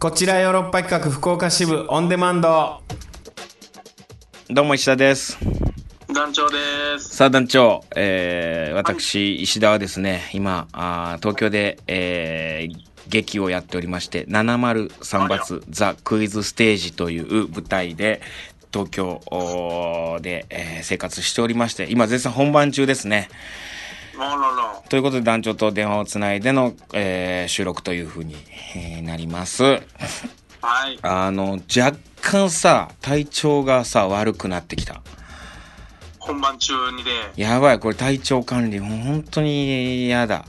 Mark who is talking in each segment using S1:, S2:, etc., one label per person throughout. S1: こちらヨーロッパ企画福岡支部オンデマンドどうも石田です
S2: 団長です。
S1: さあ団長、えー私石田はですね今あー東京で、えー劇をやっておりまして「703罰ザ・クイズステージ」という舞台で東京おーで、えー生活しておりまして今絶賛本番中ですね。
S2: おろろ。
S1: ということで団長と電話をつないでの、えー収録というふうに、えーなります。
S2: はい。
S1: あの若干さ体調がさ悪くなってきた。
S2: 本番中にで、
S1: やばいこれ体調管理もう本当に嫌だ。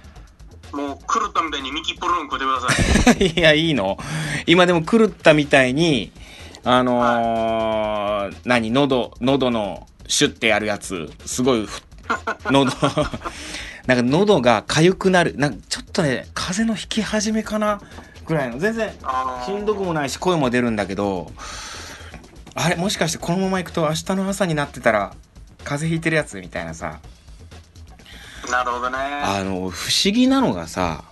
S2: もう狂ったみたいにミキプルン食ってください。
S1: いや、いいの。今でも狂ったみたいに、あのー何、喉、喉のシュッてやるやつ、すごいふ、喉、 なんか喉が痒くなる。なんかちょっとね、風邪の引き始めかなぐらいの。全然、
S2: あ
S1: しんどくもないし、声も出るんだけど、あれ、もしかしてこのまま行くと明日の朝になってたら、風邪ひいてるやつみたいなさ。
S2: く。なるほどね。
S1: あの、不思議なのがさ、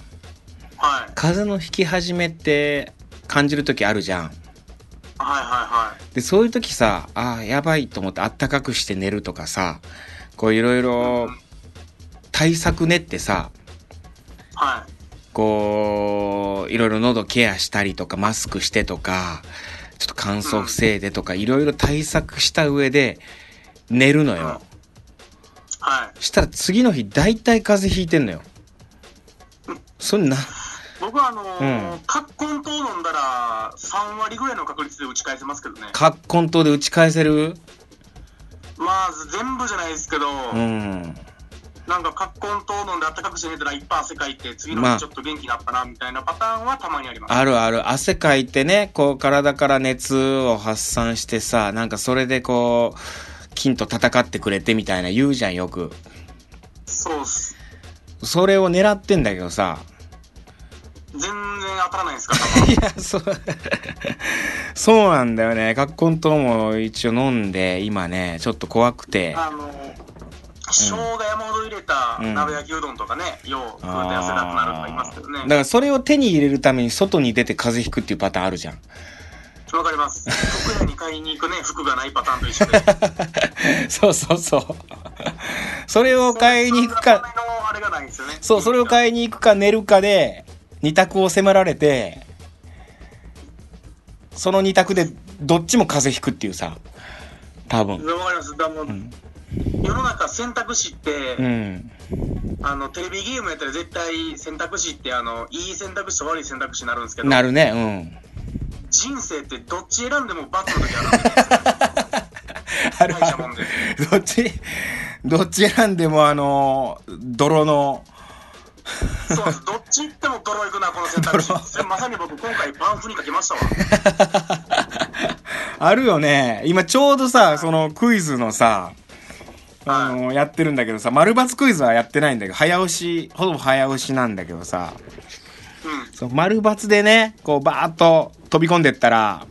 S2: はい。
S1: 風邪の引き始めって感じる時あるじゃん。
S2: はいは
S1: でそういう時さあーやばいと思ってあったかくして寝るとかさこういろい
S2: いはい。
S1: ろ対策練ってさ
S2: は
S1: こういろいろ喉ケアしたりとかマスクしてとかちょっと乾燥防いでとかいろいろ対策した上で寝るの
S2: い。
S1: よ。
S2: はい。
S1: したら次の日大体風邪ひいてんのよ。そんな
S2: 僕はあのー、
S1: うん
S2: カッコン糖飲んだら3割ぐらいの確率で打ち返せますけどね。
S1: 葛根糖で打ち返せる
S2: まあ、全部じゃないですけど、
S1: うん。
S2: なんかカッコン糖飲んで暖かくして寝たら1%汗かいて、次の
S1: まあ
S2: 日ちょっと元気になったな、みたいなパターンはたまにあります。
S1: あるある。汗かいてね、こう体から熱を発散してさ、なんかそれでこう、菌と戦ってくれてみたいな言うじゃんよく。
S2: そうっす。
S1: それを狙ってんだけどさ。
S2: 全然当た らないですから、多分
S1: いや、そう、そうなんだよね。カッコン糖も一応飲んで、今ね、ちょっと怖くて。
S2: あのー、生姜山ほど入れた
S1: うん
S2: 鍋焼きうどんとかね、よう食うて痩せたくなるとか言いますけどね
S1: あーだ。からそれを手に入れるために外に出て風邪ひくっていうパターンあるじ ゃん。
S2: わかります。服屋に買いに行くね、服がないパターンと一緒で。
S1: そうそうそう。それを 買いに行くか。
S2: そんなためのあれがないんですよね。
S1: そう、それを
S2: い。
S1: 買いに行くか寝るかで、二択を迫られて、その二択でどっちも風邪ひくっていうさ、多分。
S2: わかります。だからもう、
S1: ん
S2: 世の中選択肢って、
S1: うん。
S2: あの、テレビゲームやったら絶対選択肢って、あの、いい選択肢と悪い選択肢になるんですけど、
S1: なるね、
S2: 人生ってどっち選んでも罰の時あるん ですよ。
S1: うん。ある
S2: 大し
S1: あ
S2: たもんで。
S1: る。 どっち、どっち選んでもあの、泥の、
S2: そうです。どっち行っても泥行くな、この選択肢。それまさに僕、今回、バンフにかけましたわ。
S1: あるよね。今ちょうどさ、そのクイズのさ、あの、やってるんだけどさ、丸抜クイズはやってないんだけど、早押し、ほぼ早押しなんだけどさ、
S2: うん。
S1: そう丸抜でねこうバーッと飛び込んでったら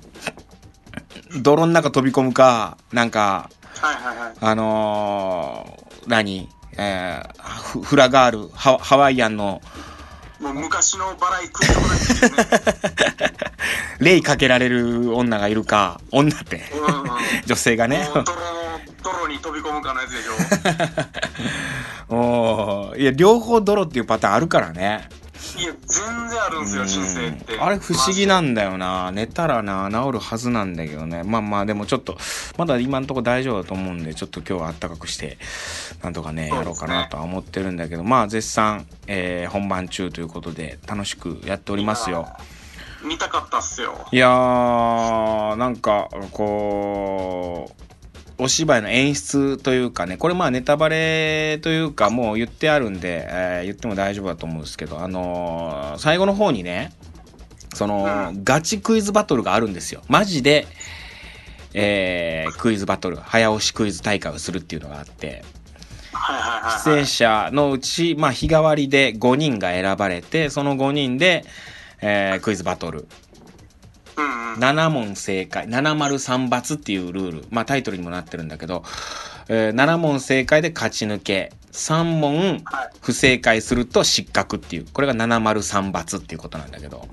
S1: 泥の中飛び込むかなんか
S2: はいはいはい。
S1: あのー何、えーフフラガールハワハワイアンの
S2: もう昔のバラエティーですね。
S1: 霊かけられる女がいるか女って
S2: うんうん。も
S1: 女性が ね
S2: う泥、泥に飛び込むかのやつでし ょ。
S1: おーいや両方泥っていうパターンあるからね
S2: いや、全然あるんですよ、人生って。
S1: あれ不思議なんだよな寝たらな治るはずなんだけどねまあまあでもちょっとまだ今のところ大丈夫だと思うんでちょっと今日はあったかくしてなんとかね
S2: そう
S1: や
S2: ですね
S1: ろうかなとは思ってるんだけどまあ絶賛、えー本番中ということで楽しくやっておりますよ
S2: 見たかったっすよ。
S1: いやーなんかこうお芝居の演出というかねこれまあネタバレというかもう言ってあるんで、えー言っても大丈夫だと思うんですけどあのー最後の方にねその、
S2: う
S1: ガチクイズバトルがあるんですよマジで、えークイズバトル早押しクイズ大会をするっていうのがあって
S2: はいはいはい、
S1: 出
S2: はい。
S1: 演者のうち、まあ、日替わりで5人が選ばれてその5人で、えークイズバトル
S2: うんうん。
S1: 7問正解703罰っていうルールまあタイトルにもなってるんだけど、えー7問正解で勝ち抜け3問
S2: はい
S1: 不正解すると失格っていうこれが703罰っていうことなんだけど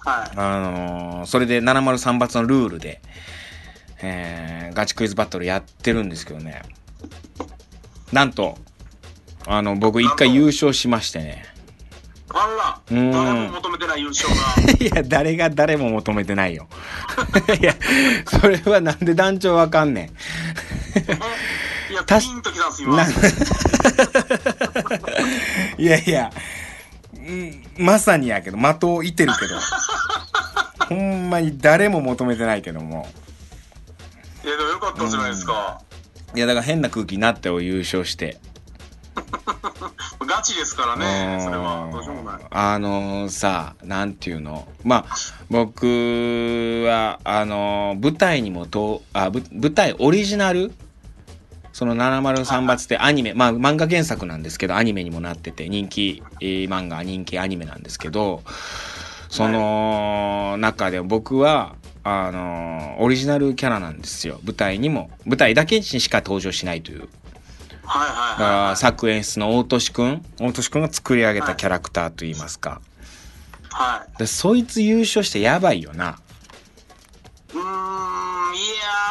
S2: はい。
S1: あのーそれで703罰のルールで、えーガチクイズバトルやってるんですけどね。なんと、あの、僕一回優勝しましてね。
S2: あら、
S1: うん
S2: 誰も求めてない優勝が。
S1: いや、誰が誰も求めてないよ。 いや、それはなんで団長わかんね
S2: えいや、ピ
S1: 確
S2: ンときたんです、
S1: ん。
S2: 今。
S1: な
S2: は
S1: ん
S2: い。
S1: いやいや、うんまさにやけど、的をいてるけど。ほんまに誰も求めてないけども。
S2: いや、でもよかったじゃないですか。
S1: いや、だから変な空気になってを優勝して。
S2: ガチですからね、それは。どうしようもない。
S1: あのさなんていうのまあ僕はあの舞台にもとあぶ舞台オリジナルその703罰ってアニメまあ漫画原作なんですけどアニメにもなってて人気、えー漫画人気アニメなんですけどその中で僕はあのオリジナルキャラなんですよ舞台にも舞台だけにしか登場しないという
S2: はいはいはい
S1: あー作演出の大俊くん大俊くんが作り上げたキャラクターといいますか
S2: はい。
S1: でそいつ優勝してやばいよな
S2: うーん、いや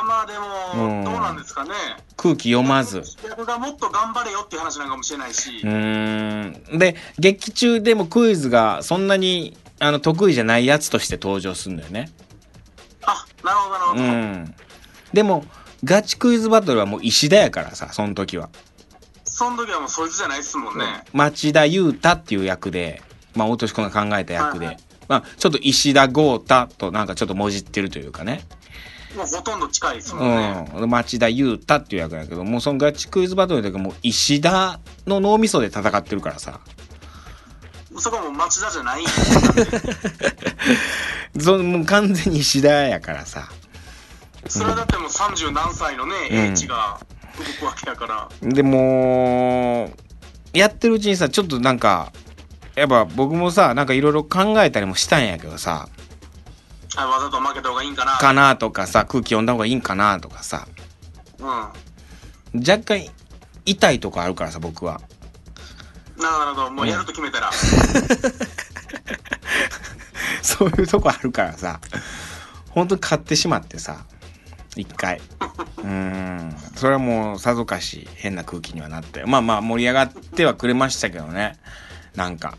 S2: ー、まあで
S1: うん
S2: も、どうなんですかね。
S1: 空気読まず
S2: 逆がもっと頑張れよっていう話なんかもしれないし、
S1: うーんで劇中でもクイズがそんなにあの得意じゃないやつとして登場するんだよね
S2: あなるほど、なるほ
S1: う
S2: ど、
S1: んでもガチクイズバトルはもう石田やからさその時は
S2: その時はもうそいつじゃないですもんね、
S1: 町田裕太っていう役で、まあ、大俊君が考えた役で、
S2: はいはい
S1: まあ、ちょっと石田豪太となんかちょっともじってるというかね
S2: もうほとんど近いですもんね、
S1: うん、町田裕太っていう役だけどもうそのガチクイズバトルの時はもう石田の脳みそで戦ってるからさ
S2: そこはもう町田じ ゃないんですよ
S1: そもう完全に石田やからさ
S2: それはだってもう30何歳のね、
S1: うん
S2: 英知が動くわけやから、
S1: でもうやってるうちにさちょっとなんかやっぱ僕もさなんかいろいろ考えたりもしたんやけどさ
S2: あわざと負けた方がいいんかな、
S1: かなとかさ空気読んだ方がいいんかなとかさ
S2: うん、な
S1: 若干痛いとこあるからさ僕は
S2: るほど、もうやると決めたら、
S1: そういうとこあるからさ本当に買ってしまってさ一回うーんそれはもうさぞかし変な空気にはなってまあまあ盛り上がってはくれましたけどねなんか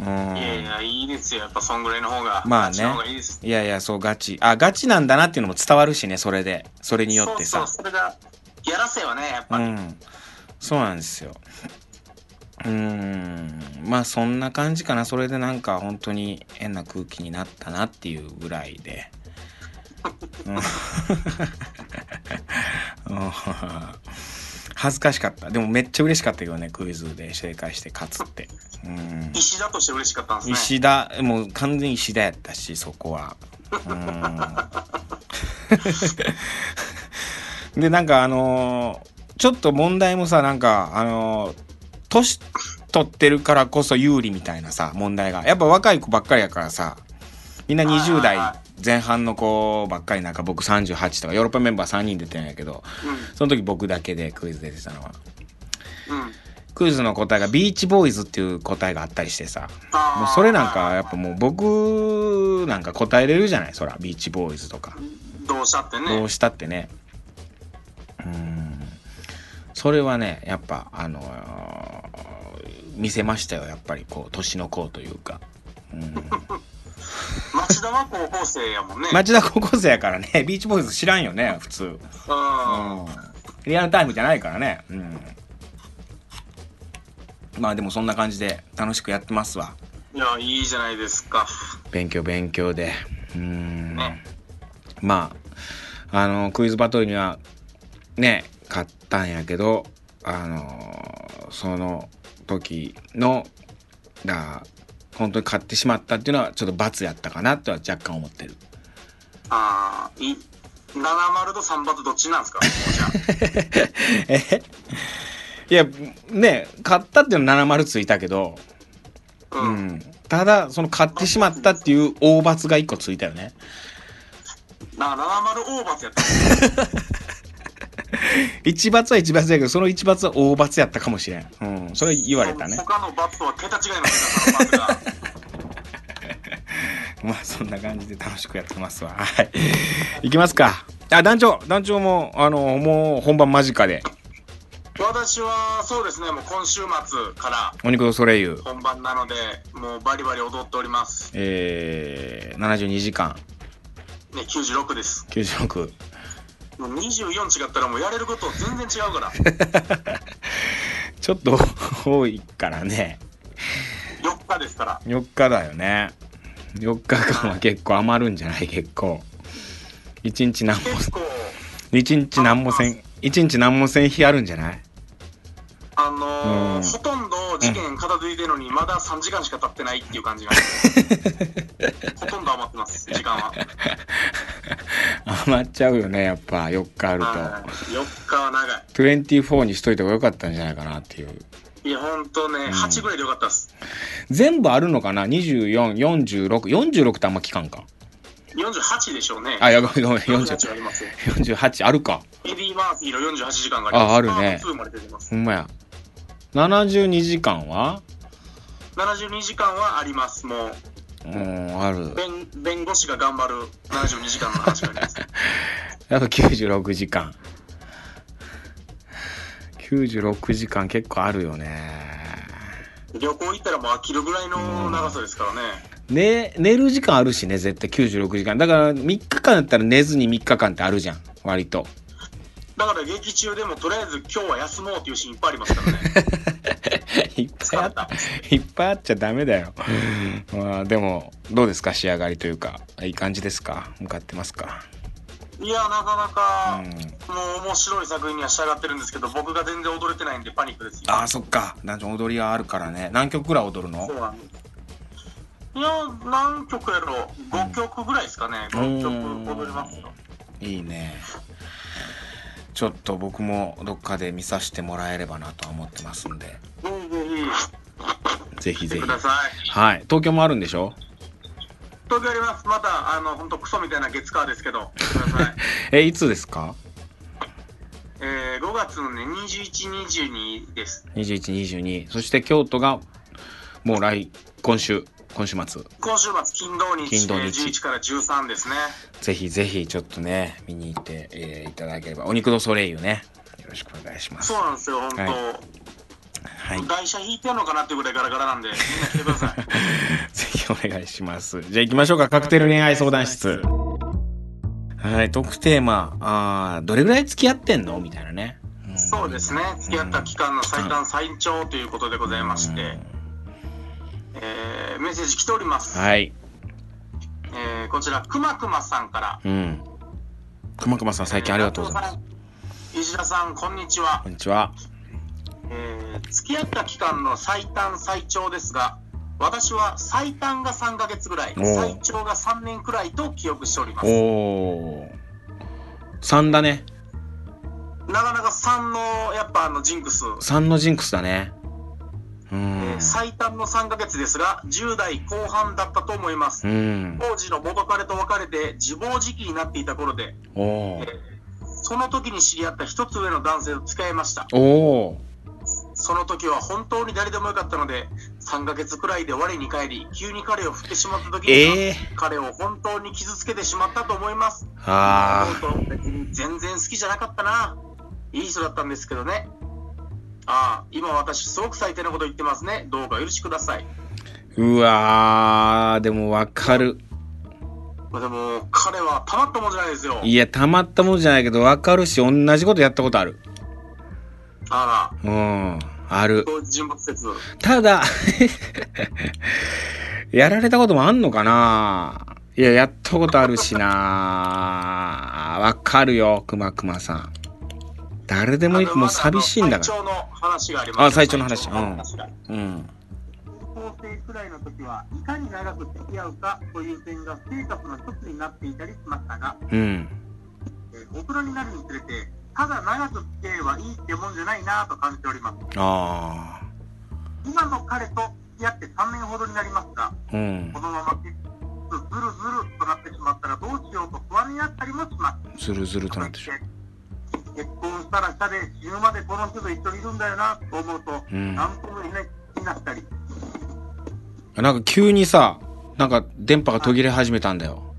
S1: う
S2: いやい
S1: ーん
S2: や、いいですよ、やっぱそんぐらいの方が、
S1: まあ
S2: 町
S1: ね
S2: 田の方がいいです。
S1: いやいやそうガチあガチなんだなっていうのも伝わるしねそれでそれによってさ
S2: そうそう、それが、やらせはね、やっぱ
S1: う
S2: り、
S1: んそうなんですようーんまあそんな感じかなそれでなんか本当に変な空気になったなっていうぐらいでうんうん 恥ずかしかったでもめっちゃ嬉しかったけどねクイズで正解して勝つってうん
S2: 石田として嬉しかったんですね。
S1: 石田もう完全に石田やったしそこはうん でなんかあのーちょっと問題もさなんかあのー年取ってるからこそ有利みたいなさ問題がやっぱ若い子ばっかりやからさみんな20代
S2: はいはいは
S1: 前半の子ばっかりなんか僕38とかヨーロッパメンバー3人出てんやけどその時僕だけでクイズ出てたのは
S2: うん、うん。
S1: クイズの答えがビーチボーイズっていう答えがあったりしてさ
S2: あー
S1: もうそれなんかやっぱもう僕なんか答えれるじゃないそらビーチボーイズとか
S2: どうしたってね。
S1: どうしたってねうんそれはねやっぱあのー見せましたよやっぱりこう年の子というか、うん、
S2: 町田は高校生やもんね。
S1: 町田高校生やからね ビーチボーイズ知らんよね普通、
S2: うん。
S1: リアルタイムじゃないからねうんまあでもそんな感じで楽しくやってますわ
S2: いや、いいじゃないですか。
S1: 勉強勉強でうん
S2: ね。
S1: まああのクイズバトルにはね勝ったんやけどあのその時のだ本当に勝ってしまったっていうのはちょっと罰やったかなとは若干思ってる
S2: ああ、い、70と3バとどっちなんですか
S1: え いやね勝ったっていうのは70ついたけど、
S2: う。
S1: うんん、ただその勝ってしまったっていう大罰が1個ついたよね
S2: な、70大罰やった。
S1: 1罰は1罰やけどその1罰は大罰やったかもしれん、うん、それ言われたね
S2: 他の罰とは桁違いの桁の罰が。
S1: まあそんな感じで楽しくやってますわ。はい。いきますか。あ、団長、団長も、あの、もう本番間近で、
S2: 私はそうですね、もう今週末から
S1: お肉とソレイユ、
S2: 本番なので、もうバリバリ踊っております。
S1: えー、72時間、
S2: ね、96です。
S1: 96。
S2: もう24違ったらもうやれること全然違う から。
S1: ちょっと多いからね。
S2: 4日ですから。
S1: 4日だよね。4日間は結構余るんじゃない結構。1日何も、
S2: 結構、
S1: 1日何もせん、1日何もせん日あるんじゃない
S2: あのー
S1: うん
S2: ほとんど事件片付いてるのに、まだ3時間しか経ってないっていう 感じが。ほとんど余ってます、時間は。
S1: 余っちゃうよね、やっぱ4日ある
S2: はい4日は長い。
S1: と。24にしといた方が良かったんじゃないかなっていう。
S2: いや、ほんとね、8ぐらいでよかったです。
S1: 全部あるのかな ?24、46、46ってあんま期間か。
S2: 48でしょうね。
S1: あ、いや、ごめんごめん、
S2: 48
S1: 40
S2: ありますよ。
S1: 48あるか。
S2: エディ・マーフィーの48時間があります。
S1: ああるね
S2: パート2まで出てます
S1: ほ。んまや。72時間は
S2: 72時間はあります。もう、
S1: うん、ある。
S2: 弁弁護士が頑張る72時間の話があり ます。
S1: あと96時間。96時間結構あるよね。
S2: 旅行行ったらもう飽きるぐらいの長さですからね。
S1: ね、寝る時間あるしね、絶対96時間。だから3日間だったら寝ずに3日間ってあるじゃん、割と。
S2: だから劇中でもとりあえず今日は休もうっていうシーンいっぱいありま すからね。
S1: いっぱいあ
S2: 疲
S1: っ
S2: れた。
S1: いっぱいあっちゃダメだよ。まあでもどうですか仕上がりというかいい感じですか向かってますか。
S2: いや、なかなか、
S1: う
S2: もう面白い作品には仕上がってるんですけど、僕が全然踊れてないんでパニックです。
S1: ああそっか。男女踊りはあるからね。何曲ぐらい踊るの
S2: そう？なんです。いや、何曲やろう ?5 曲ぐらいですかね。5曲踊りますよ。
S1: いいね。ちょっと僕もどっかで見させてもらえればなとは思ってますんで。
S2: ぜひぜ
S1: ぜひぜひ
S2: ひ、来てく。ださい。
S1: はい。東京もあるんでしょ？
S2: 東京やります。また、あの、本当クソみたいな月火ですけど、来てく ださい。
S1: えいつですか？
S2: えー、5月のね、21、22です。
S1: 二十一、二十二。そして京都がもう来今週今週末。
S2: 今週末、金土日、
S1: 金土日
S2: えー11から13ですね。
S1: ぜひぜひちょっとね見に行って、えーいただければお肉のソレイユねよろしくお願いします
S2: そうなんですよ、本当、
S1: ははい ぜ
S2: 台車引いてんのかなっていうぐらいガラガラなんで、みんな来てくださ い。
S1: ひお願いしますじゃあ行きましょうかカクテル恋愛相談室はい特テーマあーどれぐらい付き合ってんのみたいなね、ん
S2: そうですね、付き合った期間の最短最長ということでございまして、えー、メッセージ来ております。
S1: はい
S2: えー、こちら、くまくまさんから。
S1: うんくまくまさん最近ありがとうございます
S2: す。石田さん、こんにちは
S1: こ。んにちは
S2: えー付き合った期間の最短最長ですが私は最短が3ヶ月ぐらい
S1: おう
S2: 最長が3年くらいと記憶しておりま
S1: お
S2: す
S1: お3だね
S2: なかなか3のやっぱあのジンクス、
S1: 3のジンクスだねう
S2: え
S1: ん
S2: ー最短の3ヶ月ですが10代後半だったと思います
S1: うん
S2: 当時の元彼と別れて自暴自棄になっていた頃で
S1: おお
S2: その時に知り合った一つ上の男性と付き合いました
S1: おお
S2: その時は本当に誰でもよかったので3ヶ月くらいで我に返り急に彼を振ってしまった時には
S1: ええー
S2: 彼を本当に傷つけてしまったと思います
S1: ああ
S2: 思うと別に全然好きじゃなかったな。いい人だったんですけどね。ああ、今私すごく最低なこと言ってますね。どうか許しください。
S1: うわー、でもわかる。
S2: まあでも、彼はたまったもんじゃないですよ。
S1: いや、たまったもんじゃないけど、わかるし、同じことやったことある。
S2: あら、
S1: うん、ある。
S2: 同一人物説。
S1: ただ、 やられたこともあんのかないや、やったことあるしなわかるよ、くまくまさん。誰でもいい、もう寂しいんだか
S2: 最
S1: ら。
S2: 長の話があります。
S1: あ最長の話
S2: 最長の話が
S1: うん。
S2: 高生くらいの時はいかに長く付き合うかという点が生活の一つになっていたりしましたが、
S1: うん。
S2: えー大人になるにつれて、ただ長く付き合えばいいってもんじゃないなぁと感じております。
S1: あ
S2: 今の彼と付き合って3年ほどになりますが、
S1: あ。うん
S2: こ。のままずるずるとなってしまったらどうしようと不安になったりもします。
S1: ずるずるとなってしまう。
S2: 結婚したらしたで死ぬまでこの人と一緒にいるんだよなと思うと、
S1: うん
S2: なんとも言えない気になったり、
S1: なんか急にさ、なんか電波が途切れ始めたんだよ。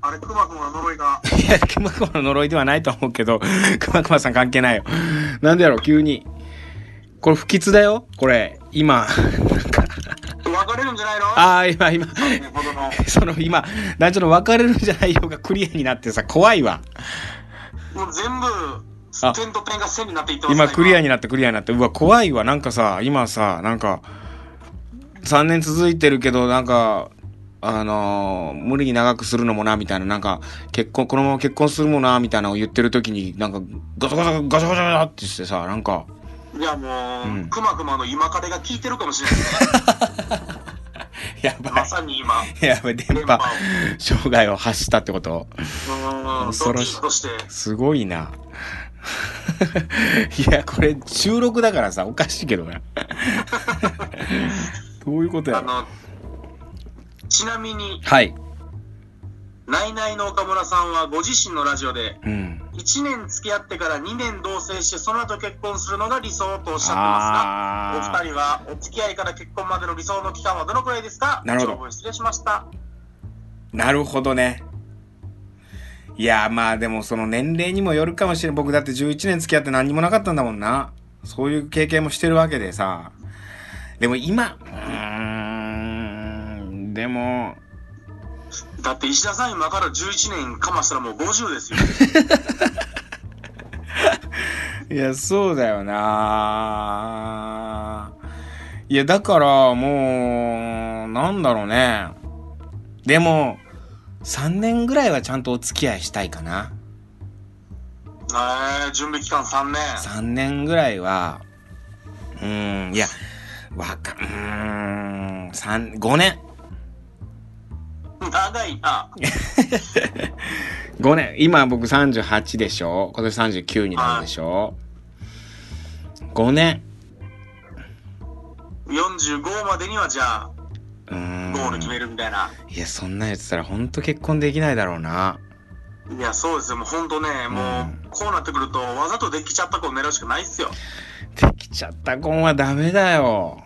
S2: あれ、くまくまの呪 いが。
S1: いや、くまくまの呪いではないと思うけど、くまくまさん関係ないよ。なんでやろう、急に。これ不吉だよこれ、今。なんか、
S2: 別れるんじゃないの
S1: ああ、今、今。
S2: ねほどの。
S1: その今、男女の別れるんじゃないよがクリアになってさ、怖いわ。
S2: もう全部、
S1: あ
S2: 点と点が線になっていってます
S1: 今クリア
S2: に。
S1: になってクリアになって、うわ、怖いわ。なんかさ、今さ、なんか、3年続いてるけど、なんか、あのー無理に長くするのもな、みたいな、なんか、結婚、このまま結婚するもな、みたいなのを言ってる時に、なんか、ガサガサ、ガサガサガサってしてさ、なんか、
S2: いや、
S1: う
S2: もう、
S1: ん
S2: くまくまの今カレが効いてるかもしれないですね。
S1: やば
S2: まさに今。
S1: い、やばい、電波、障害を発したってこと
S2: うん、
S1: 恐ろ
S2: 恐
S1: し
S2: ろ
S1: い
S2: しい。として。
S1: すごいな。 いや、これ収録だからさ、おかしいけどな。 どういうことや
S2: あ
S1: ろ
S2: の、ちなみに、
S1: はい。
S2: ナイナイの岡村さんはご自身のラジオで、
S1: うん。
S2: 1年付き合ってから2年同棲して、その後結婚するのが理想とおっしゃってますが、お
S1: あ
S2: 二人はお付き合いから結婚までの理想の期間はどのくらいですか
S1: なるほど
S2: 長文失礼しました。
S1: ー、なるほどね。いや、まあでもその年齢にもよるかもしれん。僕だって11年付き合って何にもなかったんだもんな。そういう経験もしてるわけでさ。でも今、うーん、でも、
S2: だって石田さん今から11年かましたらもう50ですよ。
S1: いや、そうだよないや、だから、もう、なんだろうね。でも、3年ぐらいはちゃんとお付き合いしたいかな。
S2: えー、準備期間3年。
S1: 3年ぐらいは、うーん、いや、わか、うーん、三5年。
S2: 長いな。
S1: 5年。今僕38でしょ今年39になるでしょ ?5 年。
S2: 45までにはじゃあ、
S1: うーん。
S2: ゴール決めるみたいな。
S1: いや、そんなやつたらほんと結婚できないだろうな。
S2: いや、そうですよ。もうほんとね、もう、こうなってくると、わざとできちゃった子を狙うしかないっすよ。
S1: できちゃった子はダメだよ。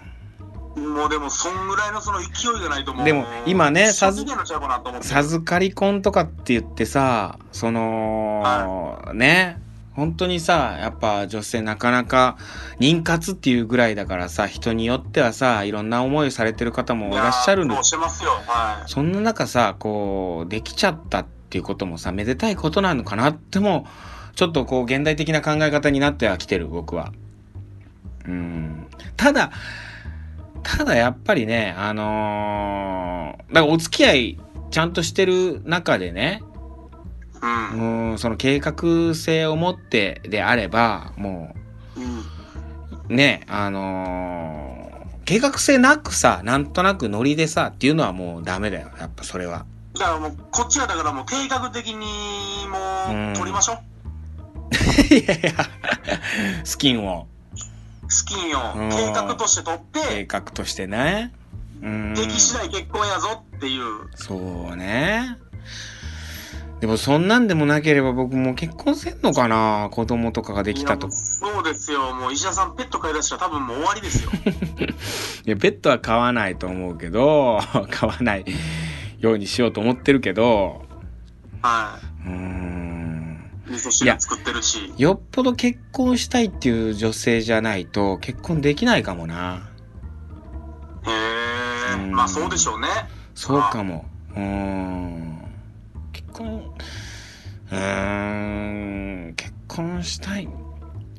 S2: もうでも、そんぐらいのその勢いがないともう。
S1: でも今ねさ
S2: さ
S1: ず
S2: ず。のちゃうかなと思って。
S1: 授かり婚とかって言ってさ、その、ね、本当にさ、やっぱ女性なかなか妊活っていうぐらいだからさ、人によってはさ、いろんな思いをされてる方もいらっしゃるん
S2: いやー
S1: で
S2: そうしてますよ。はい。
S1: そんな中さ、こう、できちゃったっていうこともさ、めでたいことなのかなっても、ちょっとこう、現代的な考え方になってはきてる、僕は。うん。ただ、ただやっぱりね、あのーだからお付き合いちゃんとしてる中でね、
S2: う。
S1: うんん、その計画性を持ってであれば、も
S2: うん。
S1: う、ね、あのー計画性なくさ、なんとなくノリでさ、っていうのはもうダメだよ、やっぱそれは。
S2: だからもう、こっちはだからもう、計画的に、も
S1: うん
S2: う、取りましょう。
S1: いやいや、スキンを
S2: スキンを
S1: うん
S2: 計画として取って
S1: 計、画としてね。うん。
S2: 出来次第結婚やぞっていう。
S1: そうね。でもそんなんでもなければ僕もう結婚せんのかな子供とかができたと
S2: いや。そうですよ。もう石田さんペット飼い出したら多分もう終わりですよ。
S1: いや、ペットは飼わないと思うけど、 飼わないようにしようと思ってるけど、
S2: は
S1: うーん。
S2: い。味噌汁作ってるし。
S1: よっぽど結婚したいっていう女性じゃないと結婚できないかもな。
S2: へえ
S1: うん
S2: まあそうでしょうね。
S1: そうかも。うーん。結婚、うーん、結婚したい。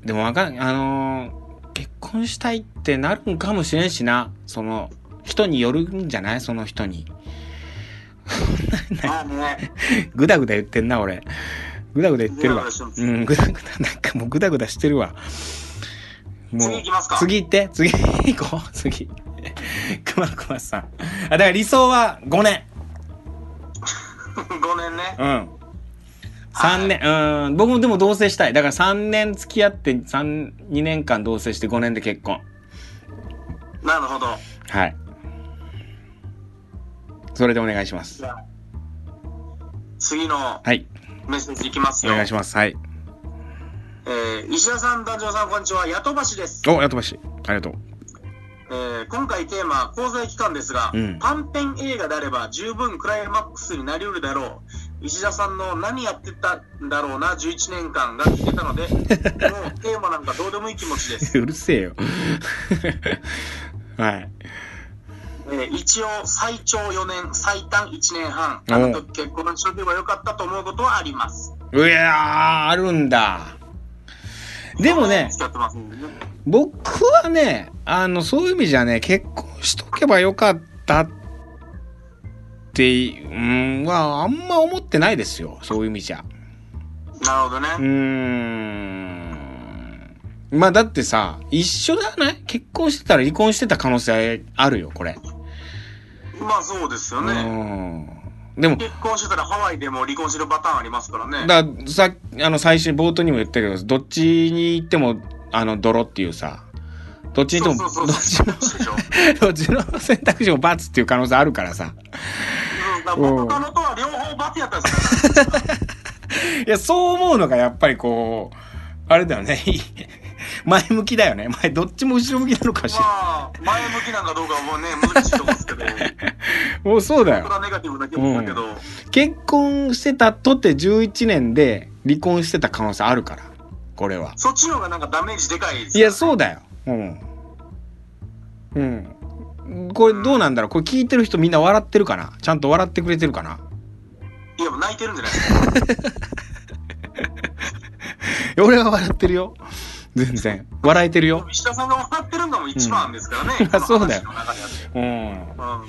S1: でもわかん、あのー結婚したいってなるんかもしれんしな。その、人によるんじゃないその人に。
S2: まあね。
S1: ぐだぐだ言ってんな、俺。ぐだぐだ言ってるわ
S2: ぐだぐだしてま。す
S1: うん、ぐだぐだ、なんかもうぐだぐだしてるわ。もう
S2: 次行きますか
S1: 次行って、次行こう、次。熊野熊さん。あ、だから理想は5年。
S2: 5年ね。
S1: うん。3年、うん、僕もでも同棲したい。だから3年付き合って、三2年間同棲して5年で結婚。
S2: なるほど。
S1: はい。それでお願いしま
S2: じ
S1: す。
S2: ゃあ次の
S1: はい。
S2: メッセージいきます
S1: お
S2: よ。
S1: 願いします。はい。
S2: えー石田さん、団長さん、こんにちは。やとばしです。
S1: お、やとばし。ありがとう。
S2: ええー今回テーマは交際期間ですが、
S1: うん
S2: 短編映画であれば十分クライマックスになりうるだろう石田さんの何やってたんだろうな11年間が聞けたの でもうテーマなんかどうでもいい気持ちです、
S1: う るせえよ。はい。
S2: えー一応最長4年最短1年半あの時結婚しとけばよかったと思うことはあります
S1: いやー、あるんだ。でもね、
S2: 使ってますんでね
S1: 僕はね、あの、そういう意味じゃね、結婚しとけばよかったって、うん、は、あんま思ってないですよ。そういう意味じゃ。
S2: なるほどね、
S1: うーん。まあ、だってさ、一緒じゃない結婚してたら離婚してた可能性あるよ、これ。
S2: まあそうですよ
S1: う
S2: ね、
S1: ん。でも、
S2: 結婚してたらハワイでも離婚してるパターンありますからね
S1: だからさあの最初に冒頭にも言ったけどどっちに行ってもあの泥っていうさどっちに行って
S2: そう
S1: もど
S2: そう
S1: っ
S2: そ
S1: ち
S2: う
S1: も
S2: そうでしょ
S1: どっち の選択肢も罰っていう可能性あるからさ
S2: うん、だか
S1: うん
S2: ら他のとは両方バテやったんですか
S1: いやそう思うのがやっぱりこうあれだよね 前向きだよね前どっちも後ろ向きなのかし
S2: ら、まあ、前向きなんかどうかはもうね、難しいと思うんですけど、僕
S1: らもうそうだよ
S2: はネガティブな気分だけど、
S1: 結婚してたとて11年で離婚してた可能性あるからこれは
S2: そっちの方がなんかダメージでかいです
S1: い
S2: よ
S1: や、そうだよ。うん。うん。これどうなんだろうこれ聞いてる人みんな笑ってるかなちゃんと笑ってくれてるかない
S2: や、もう泣いてるんじゃないですか。
S1: いや俺は笑ってるよ。全然。笑えてるよ。
S2: 石田さんが笑ってるのも一番ですからね、
S1: うん
S2: この話
S1: そうだよ
S2: の中であって
S1: うん。
S2: うん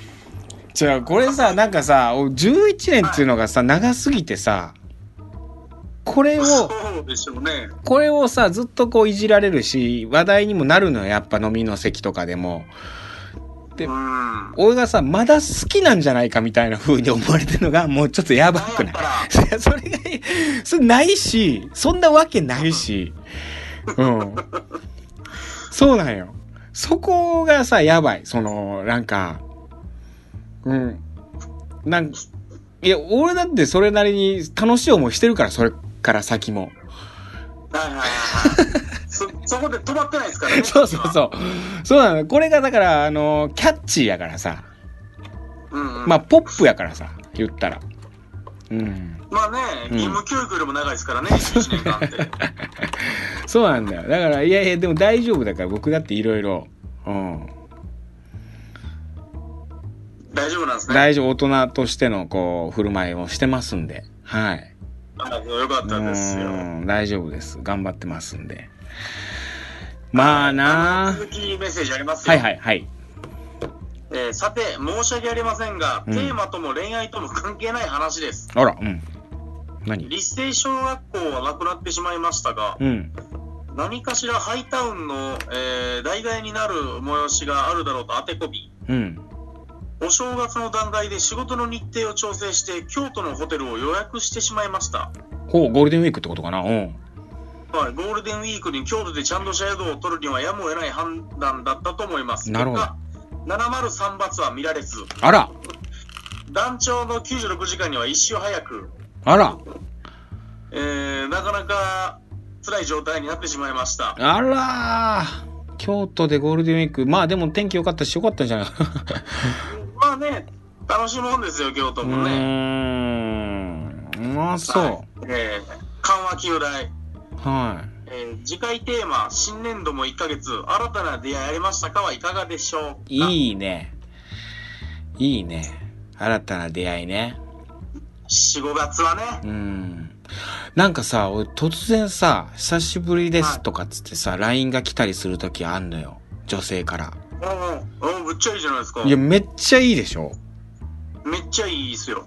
S1: じゃあこれさ、なんかさ、お11年っていうのがさ、長すぎてさ、これを、
S2: そうでしょうね。
S1: これをさ、ずっとこういじられるし、話題にもなるのよ。やっぱ飲みの席とかでも。で
S2: うん。
S1: 俺がさ、まだ好きなんじゃないかみたいな風に思われてるのが、もうちょっとやばく
S2: なん
S1: な
S2: や
S1: い
S2: ったら、
S1: それ それがそれないしそんなわけないしうんそうなんよそこがさやばいそのなんかうんなんいや俺だってそれなりに楽しい思いしてるからそれから先も
S2: はいはいはいはい。そ、 そこで止まってないですからね。
S1: そうそうそうそうなのこれがだからあのキャッチーやからさ
S2: う。うん、うん。
S1: ま
S2: ま
S1: あポップやからさ言ったらうん
S2: あね、義務教育よりも長いですからね、1年間って。
S1: そうなんだよ。だから、いやいや、でも大丈夫だから、僕だっていろいろ。うん。
S2: 大丈夫なんですね。
S1: 大丈夫、大人としての、こう、振る舞いをしてますんで。はい。
S2: あよかったですよ。
S1: うん大丈夫です。頑張ってますんで。まあなあ
S2: 続きメッセージありますよ。
S1: はいはいはい。
S2: えーさて、申し訳ありませんが、
S1: うん
S2: テーマとも恋愛とも関係ない話です。
S1: あら、うん。何
S2: 立成小学校はなくなってしまいましたが、
S1: うん。
S2: 何かしらハイタウンの、えー、代替になる催しがあるだろうと当てこび、
S1: うん。
S2: お正月の段階で仕事の日程を調整して、京都のホテルを予約してしまいました。
S1: ほう、ゴールデンウィークってことかなうん。
S2: はい、ゴールデンウィークに京都でちゃんとした宿を取るにはやむを得ない判断だったと思います。
S1: なるほど
S2: 結果703罰は見られず、
S1: あら、
S2: 団長の96時間には一周早く、
S1: あら、
S2: えーなかなか辛い状態になってしまいました。
S1: あらー京都でゴールデンウィーク。まあでも天気良かったし、良かったんじゃない
S2: まあね、楽しいもんですよ、京都
S1: う
S2: もね。
S1: ーん。まあ、
S2: はい
S1: そ
S2: えー緩和球大、
S1: う。はい。
S2: えー次回テーマ、新年度も1ヶ月、新たな出会いありましたかはいかがでしょうか
S1: いいね。いいね。新たな出会いね。
S2: 4、5月はね、
S1: うん。なんかさ、俺突然さ、久しぶりですとかっつってさ、LINE が来たりするときあんのよ。女性から。
S2: うんうん、うん、ぶっちゃいいじゃないですか。
S1: いや、めっちゃいいでしょ。
S2: めっちゃいいですよ。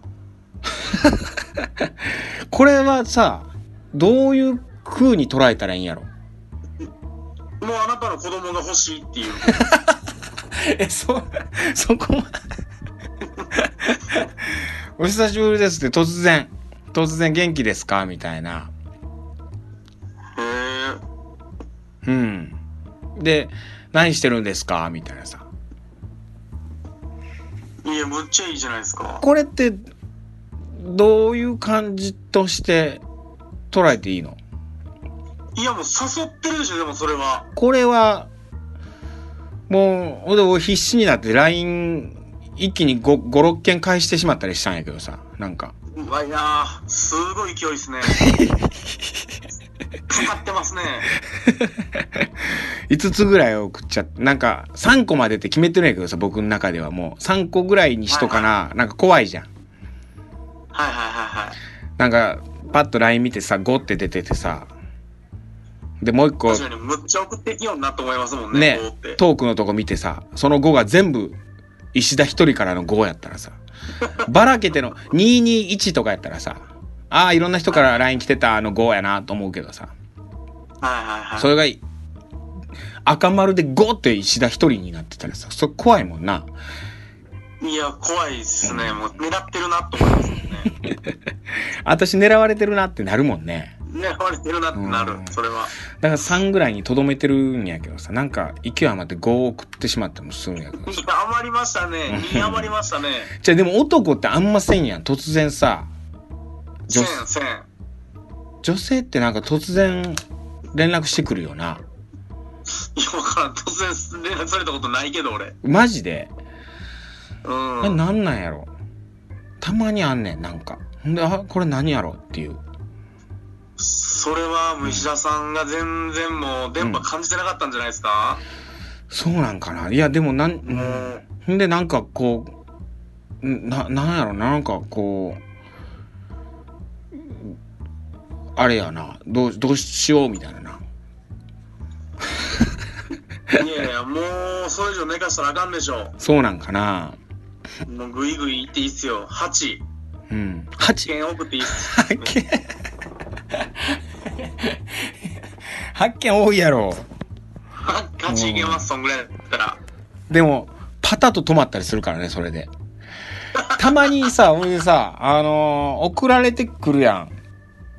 S1: これはさ、どういう風に捉えたらいいんやろ。
S2: もうあなたの子供が欲しいっていう。
S1: え、そ、そこまで。 お久しぶりですって突然、突然元気ですかみたいな。
S2: へー
S1: うん。で、何してるんですかみたいなさ。
S2: いや、むっちゃいいじゃないですか。
S1: これってどういう感じとして捉えていいの
S2: いや、もう誘ってるでしょ、でもそれは。
S1: これはもう、ほんで俺必死になって LINE 一気に5、5、6件返してしまったりしたんやけどさ、なんか。
S2: うわ、いやー、すごい勢いで すね。かかってますね。
S1: 5つぐらい送っちゃって、なんか3個までって決めてるんやけどさ、僕の中ではもう3個ぐらいにしとかな、なんか怖いじゃん。
S2: はいはいはいはい。
S1: なんか、パッと LINE 見てさ、5って出ててさ、で、もう一個、
S2: 確かに、むっちゃ送ってきようなと思いますもんね、
S1: ね
S2: こうって、。
S1: トークのとこ見てさ、その5が全部、石田一人からの5やったらさ、 ばらけての221とかやったらさ、ああ、いろんな人から LINE 来てたあの5やなと思うけどさ、
S2: はいはいはい。
S1: それが、赤丸で5って石田一人になってたらさ、それ怖いもんな。
S2: いや、怖いっすね。もう狙ってるなと思いますもんね。
S1: 私狙われてるなってなるもんね。
S2: 狙われてるなってなる
S1: うん、
S2: それは。
S1: だから3ぐらいにとどめてるんやけどさ、なんか勢い余って5を送ってしまったりもするんやけどさ。
S2: 2余りましたね。2余りましたね。
S1: じゃあでも男ってあんませんやん。突然さ、女
S2: 1000、1000。
S1: 女性ってなんか突然連絡してくるよな。
S2: いや、わからん。突然連絡されたことないけど、俺。
S1: マジで。
S2: う
S1: あれ
S2: ん。
S1: なんなんやろ。たまにあんねん、なんか。ほんで、あ、これ何やろっていう。
S2: それは、もう石田さんが全然もう、電波感じてなかったんじゃないですか、
S1: そうなんかな。いや、でもなん、
S2: も
S1: うん
S2: う、
S1: ほんでなんかこうんななんやろなんかこうあれやなどうどうしようみたいなない
S2: やいや、もう、それ以上寝かしたらあかんでしょ。
S1: そうなんかな
S2: もう、ぐいぐい行っていいっすよ。8、
S1: うん8
S2: 件送っていいっす。
S1: 発 見発見多いやろ
S2: 8いけます、そんぐらいだったら。
S1: でもパタッと止まったりするからねそれでたまに さ俺でさあのー送られてくるやん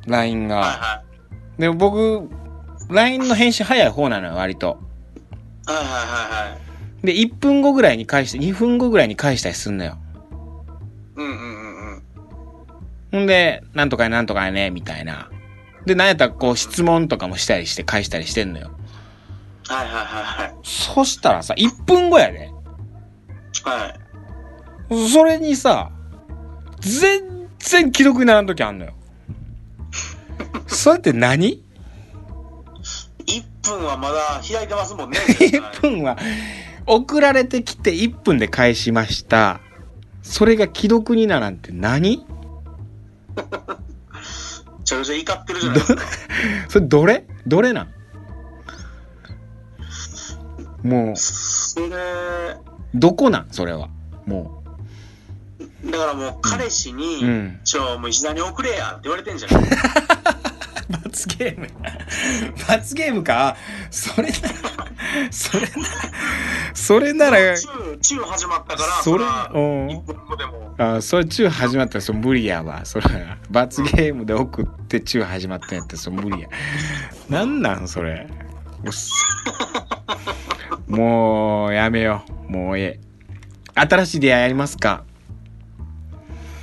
S1: LINE が、
S2: はいはい。
S1: でも僕 LINE の返信早い方なのよ割と
S2: はいはいはいはい。
S1: で、1分後ぐらいに返して、2分後ぐらいに返したりすんのよ。
S2: うんうんうんうん。
S1: ほんで、なんとかやなんとかやね、みたいな。で、なんやったらこう質問とかもしたりして返したりしてんのよ。
S2: はいはいはい
S1: そしたらさ、1分後やで。
S2: はい。はい。
S1: それにさ、全然既読にならん時あん のよ。それって何
S2: 1分はまだ開いてますも んね。
S1: ?1 分は、送られてきて1分で返しました。それが既読にならんって何
S2: めちゃくちゃ怒ってるじゃないですか。
S1: それどれどれなんもう。
S2: それ、だ
S1: どこなんそれは。も
S2: からもう彼氏に、
S1: うん
S2: ちょ、もう石田に送れやって言われてんじゃない
S1: う。罰ゲーム。罰ゲームかそれなら、それなら、それなら、
S2: チュー、チュー始まったから、
S1: それ
S2: ら、
S1: うん
S2: 1分後でも。
S1: あそれチュー始まったらそれ無理やわ。それは罰ゲームで送ってチュー始まったんやったらそれ無理や。なんなんそれ。うっすもうやめよう。もうええ。新しい出会いありますか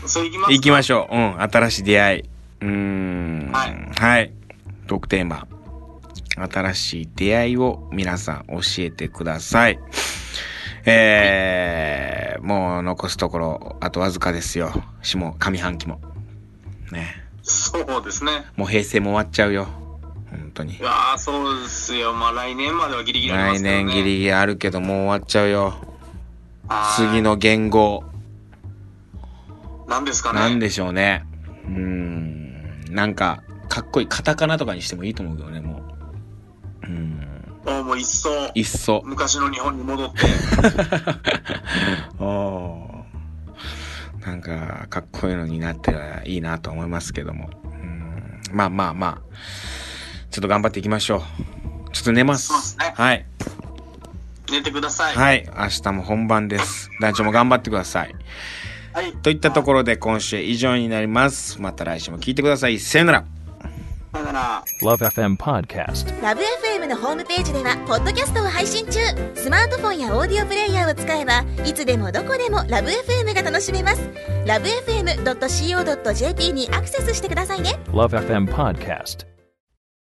S2: それ行きます
S1: 行きましょう。うん。新しい出会い。うーん。。
S2: はい
S1: トークテーマ。新しい出会いを皆さん教えてください。えー、もう残すところ、あとわずかですよ。しも、上半期も。ね。
S2: そうですね。
S1: もう平成も終わっちゃうよ。本当に
S2: い。やー、そうですよ。まあ来年まではギリギリありま
S1: 来
S2: すけどね。
S1: 年ギリギリあるけど、もう終わっちゃうよ。
S2: はい。
S1: 次の言語。
S2: 何ですかね。
S1: なんでしょうね。うーん。なんか、かっこいい。カタカナとかにしてもいいと思うけどね、もう。うーん。
S2: おもう一層、
S1: いっそ。
S2: 昔の日本に戻って。
S1: おーなんか、かっこいいのになったらいいなと思いますけども。うーん。まあまあまあ。ちょっと頑張っていきましょう。ちょっと寝ます。
S2: そうですね
S1: はい。
S2: 寝てください。い。
S1: はい。明日も本番です。団長も頑張ってください。
S2: はい。
S1: といったところで今週以上になります。また来週も聞いてください。さよなら。
S2: だから、
S3: Love FM Podcast.
S4: ラブ f m のホームページではポッドキャストを配信中スマートフォンやオーディオプレイヤーを使えばいつでもどこでもラブ f m が楽しめますラブ FM.co.jp にアクセスしてくださいね
S3: Love FM Podcast.